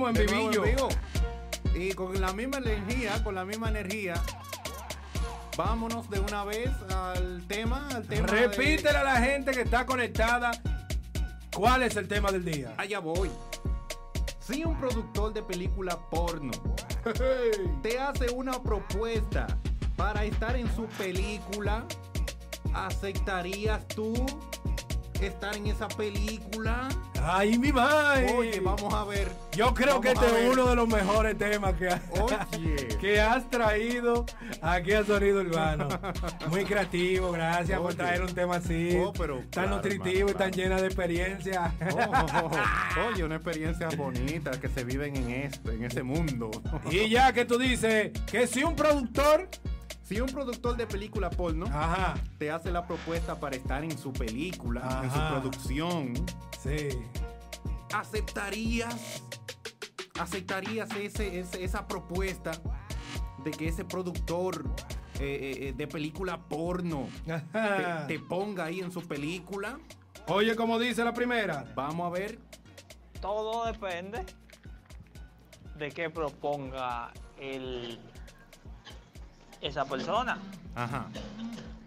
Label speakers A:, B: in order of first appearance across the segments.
A: Ah,
B: Y con la misma energía, con la misma energía, vámonos de una vez al tema. Al tema de-
A: Repítele a la gente que está conectada cuál es el tema del día.
B: Allá Ah, voy. Si un productor de película porno te hace una propuesta para estar en su película, ¿aceptarías tú estar en esa película?
A: Ay, mi madre.
B: Oye, vamos a ver.
A: Yo creo
B: Vamos
A: que este
B: a ver.
A: es uno de los mejores temas que, ha-
B: Oye.
A: que has traído aquí a Sonido Urbano. Muy creativo, gracias por
B: Oye.
A: traer un tema así.
B: Oh, pero
A: tan
B: claro,
A: nutritivo
B: hermano,
A: y tan
B: claro.
A: llena de experiencia.
B: Oh, oye, una experiencia bonita que se viven en este, en este mundo.
A: Y ya que tú dices que si un productor,
B: Si un productor de película porno
A: ajá,
B: te hace la propuesta para estar en su película, en
A: Ajá.
B: su producción,
A: sí,
B: ¿aceptarías? ¿Aceptarías ese, ese- esa propuesta de que ese productor eh, eh, eh, de película porno
A: Ajá.
B: te, te ponga ahí en su película?
A: oye como dice la primera,
B: Vamos a ver.
C: Todo depende de qué proponga el, esa persona.
B: Ajá.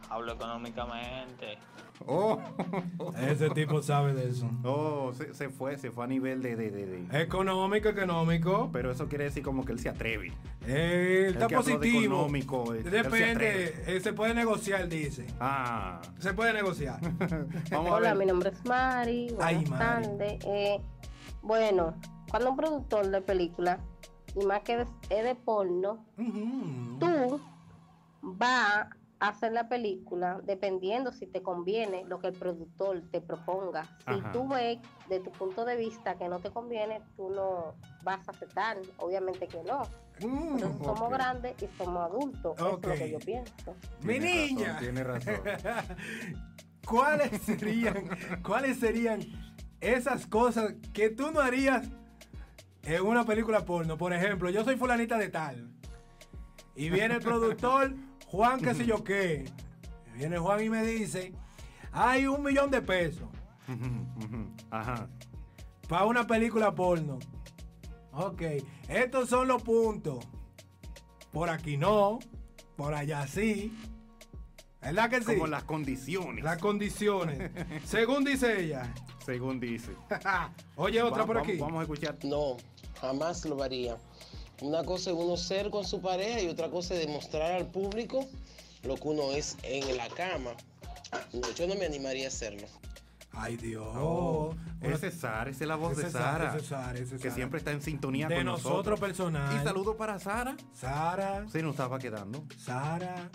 C: Hablo económicamente.
B: Oh,
A: ese tipo sabe de eso.
B: oh se, se fue, se fue a nivel de- de- de- de.
A: Económico, económico.
B: Pero eso quiere decir como que él se atreve.
A: Eh, está
B: que habló de
A: positivo.
B: económico, eh, él se
A: Depende,
B: atreve.
A: eh, se puede negociar, dice.
B: Ah.
A: Se puede negociar.
B: Vamos
D: Hola,
B: a
D: mi
B: ver.
D: nombre es Mari. Buenas
A: Ay, Mari.
D: tardes. Eh, bueno, cuando un productor de película, y más que de- es de porno,
A: Ujú.
D: tú vas a hacer la película dependiendo si te conviene lo que el productor te proponga. Si
B: Ajá.
D: tú ves de tu punto de vista que no te conviene, tú no vas a aceptar. Obviamente que no.
A: Mm.
D: Entonces somos
B: ok.
D: grandes y somos adultos. Eso es lo
A: Ok.
D: que yo pienso.
A: Mi
B: Tiene razón,
A: niña.
B: tiene razón.
A: ¿Cuáles serían, ¿Cuáles serían esas cosas que tú no harías en una película porno? Por ejemplo, yo soy fulanita de tal. Y viene el productor Juan, qué sé yo qué. Y viene Juan y me dice, hay un millón de pesos
B: Ujú, ujú. Ajá.
A: para una película porno. Ok, estos son los puntos. Por aquí no, por allá sí. ¿Verdad que sí?
B: Como las condiciones,
A: Las condiciones. Según dice ella.
B: según dice.
A: Oye, otra
B: Vamos-
A: por aquí.
B: Vamos, vamos a escuchar.
E: No, jamás lo haría. Una cosa es uno ser con su pareja y otra cosa es demostrar al público lo que uno es en la cama. No, yo no me animaría a hacerlo.
A: Ay, Dios.
B: Oh,
A: Una-
B: ese es Sara, esa es la voz
A: Ese
B: de
A: es Sara,
B: Sara.
A: ese es Sara, ese es
B: Que
A: Sara.
B: siempre está en sintonía
A: De
B: con
A: nosotros personal.
B: Y saludo para Sara.
A: Sara,
B: Se nos estaba quedando.
A: Sara,